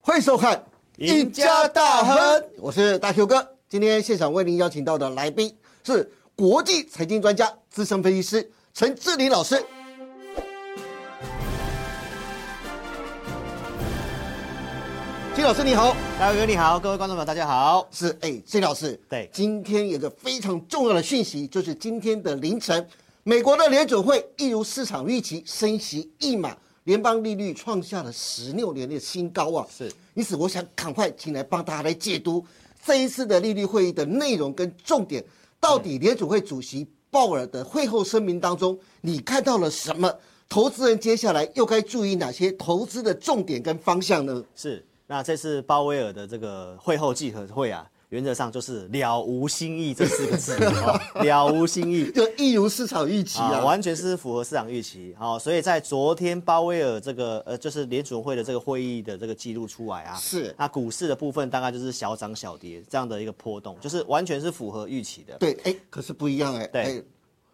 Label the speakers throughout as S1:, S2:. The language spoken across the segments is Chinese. S1: 欢迎收看《
S2: 赢家大亨》，
S1: 我是大 Q 哥。今天现场为您邀请到的来宾是国际财经专家、资深分析师陈志林老师。金老师你好，
S2: 大哥你好，各位观众朋友大家好。
S1: 是哎，金老师，
S2: 对
S1: 今天有个非常重要的讯息，就是今天的凌晨，美国的联准会一如市场预期升息一码，联邦利率创下了十六年的新高啊！
S2: 是，
S1: 因此我想赶快请来帮大家来解读这一次的利率会议的内容跟重点，到底联准会主席鲍尔的会后声明当中，你看到了什么？投资人接下来又该注意哪些投资的重点跟方向呢？
S2: 是，那这次鲍威尔的这个会后记者会啊，原则上就是了无新意这四个字，哦了无新意。
S1: 就一如市场预期啊，
S2: 完全是符合市场预期。好、所以在昨天鲍威尔这个呃，就是联准会的这个会议的这个记录出来啊，
S1: 是
S2: 那股市的部分大概就是小涨小跌这样的一个波动，就是完全是符合预期的。
S1: 对，哎、可是不一样哎、
S2: 对
S1: 哎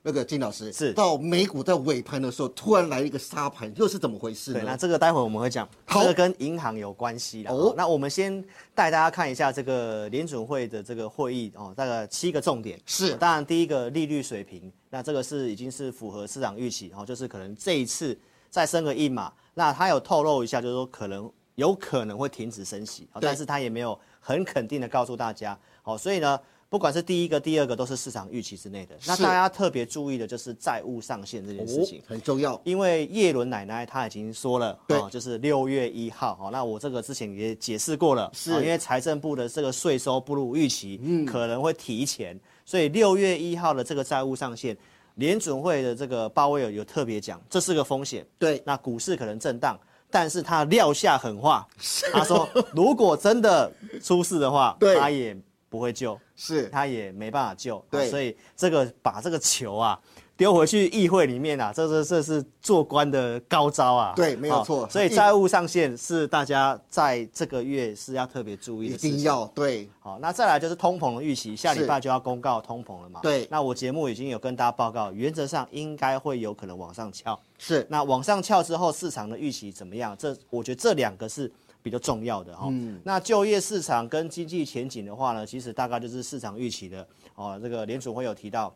S1: 那个金老师
S2: 是
S1: 到美股在尾盘的时候，突然来一个杀盘，又是怎么回事
S2: 对，那
S1: 呢？
S2: 这个待会我们会讲，
S1: 嗯好
S2: 这个跟银行有关系啦。
S1: 哦
S2: 哦，那我们先带大家看一下这个联准会的这个会议哦，大概七个重点。哦
S1: 是
S2: 当然第一个利率水平，那这个是已经是符合市场预期哦，就是可能这一次再升个一码，那他有透露一下，就是说可能有可能会停止升息，哦
S1: 对
S2: 但是他也没有很肯定的告诉大家。好、所以呢。不管是第一个、第二个，都是市场预期之内的。那
S1: 是
S2: 大家特别注意的就是债务上限这件事情。
S1: 哦很重要，
S2: 因为叶伦奶奶她已经说了，
S1: 对
S2: 哦就是六月一号，哦，那我这个之前也解释过了，
S1: 是嗯
S2: 哦因为财政部的这个税收不如预期，可能会提前，所以六月一号的这个债务上限，联准会的这个鲍威尔有特别讲，这是个风险，
S1: 对，
S2: 那股市可能震荡，但是他撂下狠话，他说如果真的出事的话，
S1: 对
S2: 他也不会救，
S1: 是
S2: 他也没办法救，
S1: 对
S2: 啊所以这个把这个球啊丢回去议会里面啊，这这这是做官的高招啊，
S1: 对没有
S2: 哦
S1: 错
S2: 所以
S1: 一
S2: 债务上限是大家在这个月是要特别注意
S1: 一
S2: 的事情，
S1: 定要对，
S2: 好，那再来就是通膨的预期，下礼拜就要公告通膨了嘛。
S1: 对
S2: 那我节目已经有跟大家报告，原则上应该会有可能往上翘。
S1: 是
S2: 那往上翘之后，市场的预期怎么样？这我觉得这两个是比较重要的哈、那就业市场跟经济前景的话呢，其实大概就是市场预期的哦。这个联储会有提到，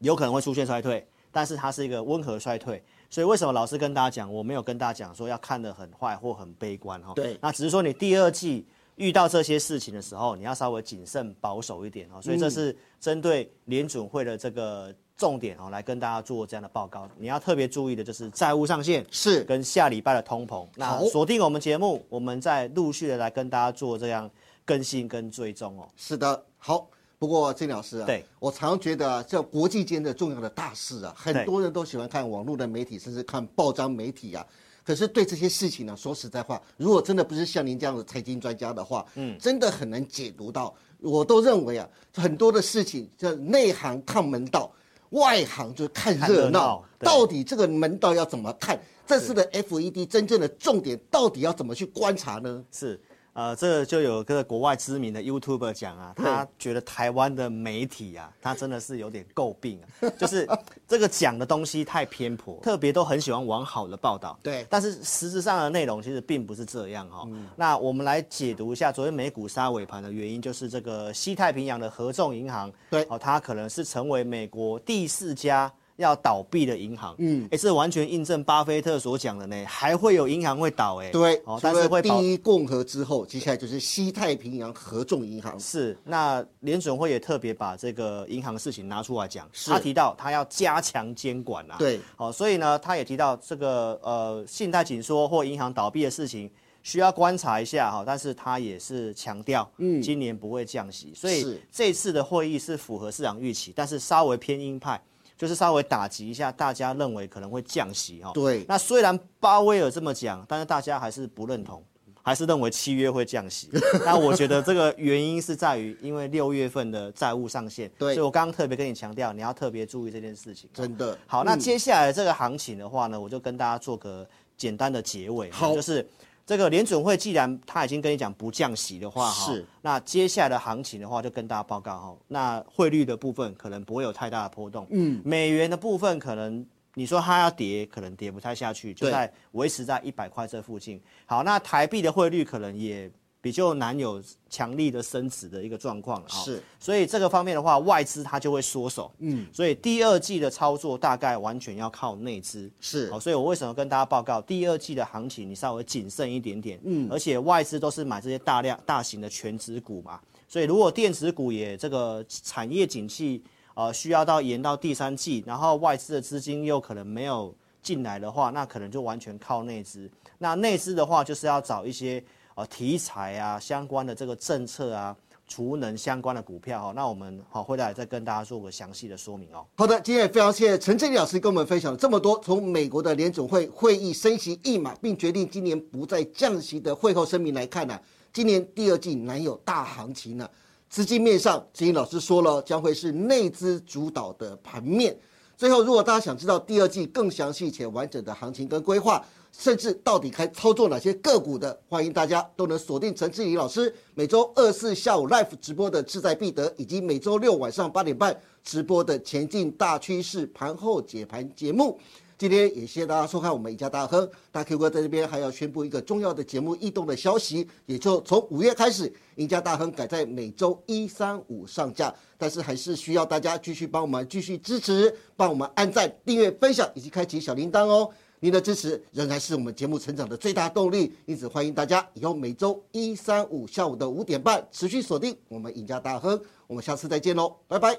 S2: 有可能会出现衰退，但是它是一个温和衰退。所以为什么老师跟大家讲，我没有跟大家讲说要看得很坏或很悲观哈、
S1: 对
S2: 那只是说你第二季遇到这些事情的时候，你要稍微谨慎保守一点哦。所以这是针对联准会的这个重点哦，来跟大家做这样的报告。你要特别注意的就是债务上限
S1: 是
S2: 跟下礼拜的通膨。那
S1: 好
S2: 锁定我们节目，我们再陆续的来跟大家做这样更新跟追踪哦。
S1: 是的，好。不过金老师啊，
S2: 对
S1: 我常觉得啊，这国际间的重要的大事啊，很
S2: 对
S1: 多人都喜欢看网络的媒体，甚至看报章媒体啊。可是对这些事情呢、说实在话，如果真的不是像您这样的财经专家的话，嗯，真的很难解读到。我都认为啊，很多的事情叫内行看门道，外行就是看
S2: 看
S1: 热闹
S2: 热闹。对
S1: 到底这个门道要怎么看？这次的 FED 真正的重点到底要怎么去观察呢？
S2: 是，呃，这就有个国外知名的 YouTuber 讲啊，他觉得台湾的媒体啊，他真的是有点诟病啊， 就是这个讲的东西太偏颇，特别都很喜欢往好的报道。
S1: 对嗯
S2: 但是实质上的内容其实并不是这样哈、那我们来解读一下昨天美股杀尾盘的原因，就是这个西太平洋的合众银行，
S1: 对
S2: 哦，它可能是成为美国第四家。要倒闭的银行，嗯，哎，这完全印证巴菲特所讲的呢，还会有银行会倒，哎，
S1: 对，
S2: 哦，
S1: 除
S2: 但是
S1: 了
S2: 会保
S1: 第一共和之后，接下来就是西太平洋合众银行。
S2: 是，那联准会也特别把这个银行事情拿出来讲，
S1: 是
S2: 他提到他要加强监管啊，
S1: 对，
S2: 好、所以呢，他也提到这个呃信贷紧缩或银行倒闭的事情需要观察一下哈、但是他也是强调，嗯，今年不会降息，所以
S1: 是
S2: 这次的会议是符合市场预期，但是稍微偏鹰派。就是稍微打击一下，大家认为可能会降息哈、
S1: 对
S2: 那虽然鲍威尔这么讲，但是大家还是不认同，还是认为七月会 降息。那我觉得这个原因是在于，因为六月份的债务上限，
S1: 对
S2: 所以我刚刚特别跟你强调，你要特别注意这件事情。
S1: 真的嗯
S2: 好，那接下来这个行情的话呢，我就跟大家做个简单的结尾，
S1: 好
S2: 就是这个联准会既然他已经跟你讲不降息的话，哈
S1: 是，
S2: 那接下来的行情的话就跟大家报告哈，那汇率的部分可能不会有太大的波动，嗯，美元的部分可能。你说它要跌，可能跌不太下去，就
S1: 对
S2: 在维持在一百块这附近。好，那台币的汇率可能也比较难有强力的升值的一个状况了。哦
S1: 是，
S2: 所以这个方面的话，外资它就会缩手。嗯，所以第二季的操作大概完全要靠内资。
S1: 是
S2: 好，所以我为什么跟大家报告第二季的行情，你稍微谨慎一点点。嗯，而且外资都是买这些大量大型的全值股嘛，所以如果电子股也这个产业景气呃需要到延到第三季，然后外资的资金又可能没有进来的话，那可能就完全靠内资。那内资的话，就是要找一些呃题材啊相关的这个政策啊。储能相关的股票哦，那我们好回来再跟大家做个详细的说明哦。
S1: 好的，今天也非常谢谢陈振宇老师跟我们分享了这么多从美国的联总会会议升息一码，并决定今年不再降息的会后声明来看呢、今年第二季难有大行情呢、资金面上，陈宇老师说了，将会是内资主导的盘面。最后，如果大家想知道第二季更详细且完整的行情跟规划，甚至到底该操作哪些个股的，欢迎大家都能锁定陈志怡老师每周二四下午 live 直播的《志在必得》，以及每周六晚上八点半直播的《前进大趋势盘后解盘》节目。今天也谢谢大家收看我们赢家大亨。大 Q 哥在这边还要宣布一个重要的节目异动的消息，也就从五月开始，赢家大亨改在每周一、三、五上架，但是还是需要大家继续帮我们继续支持，帮我们按赞、订阅、分享以及开启小铃铛哦。您的支持仍然是我们节目成长的最大动力，因此欢迎大家以后每周一、三、五下午的五点半持续锁定我们赢家大亨。我们下次再见喽，拜拜。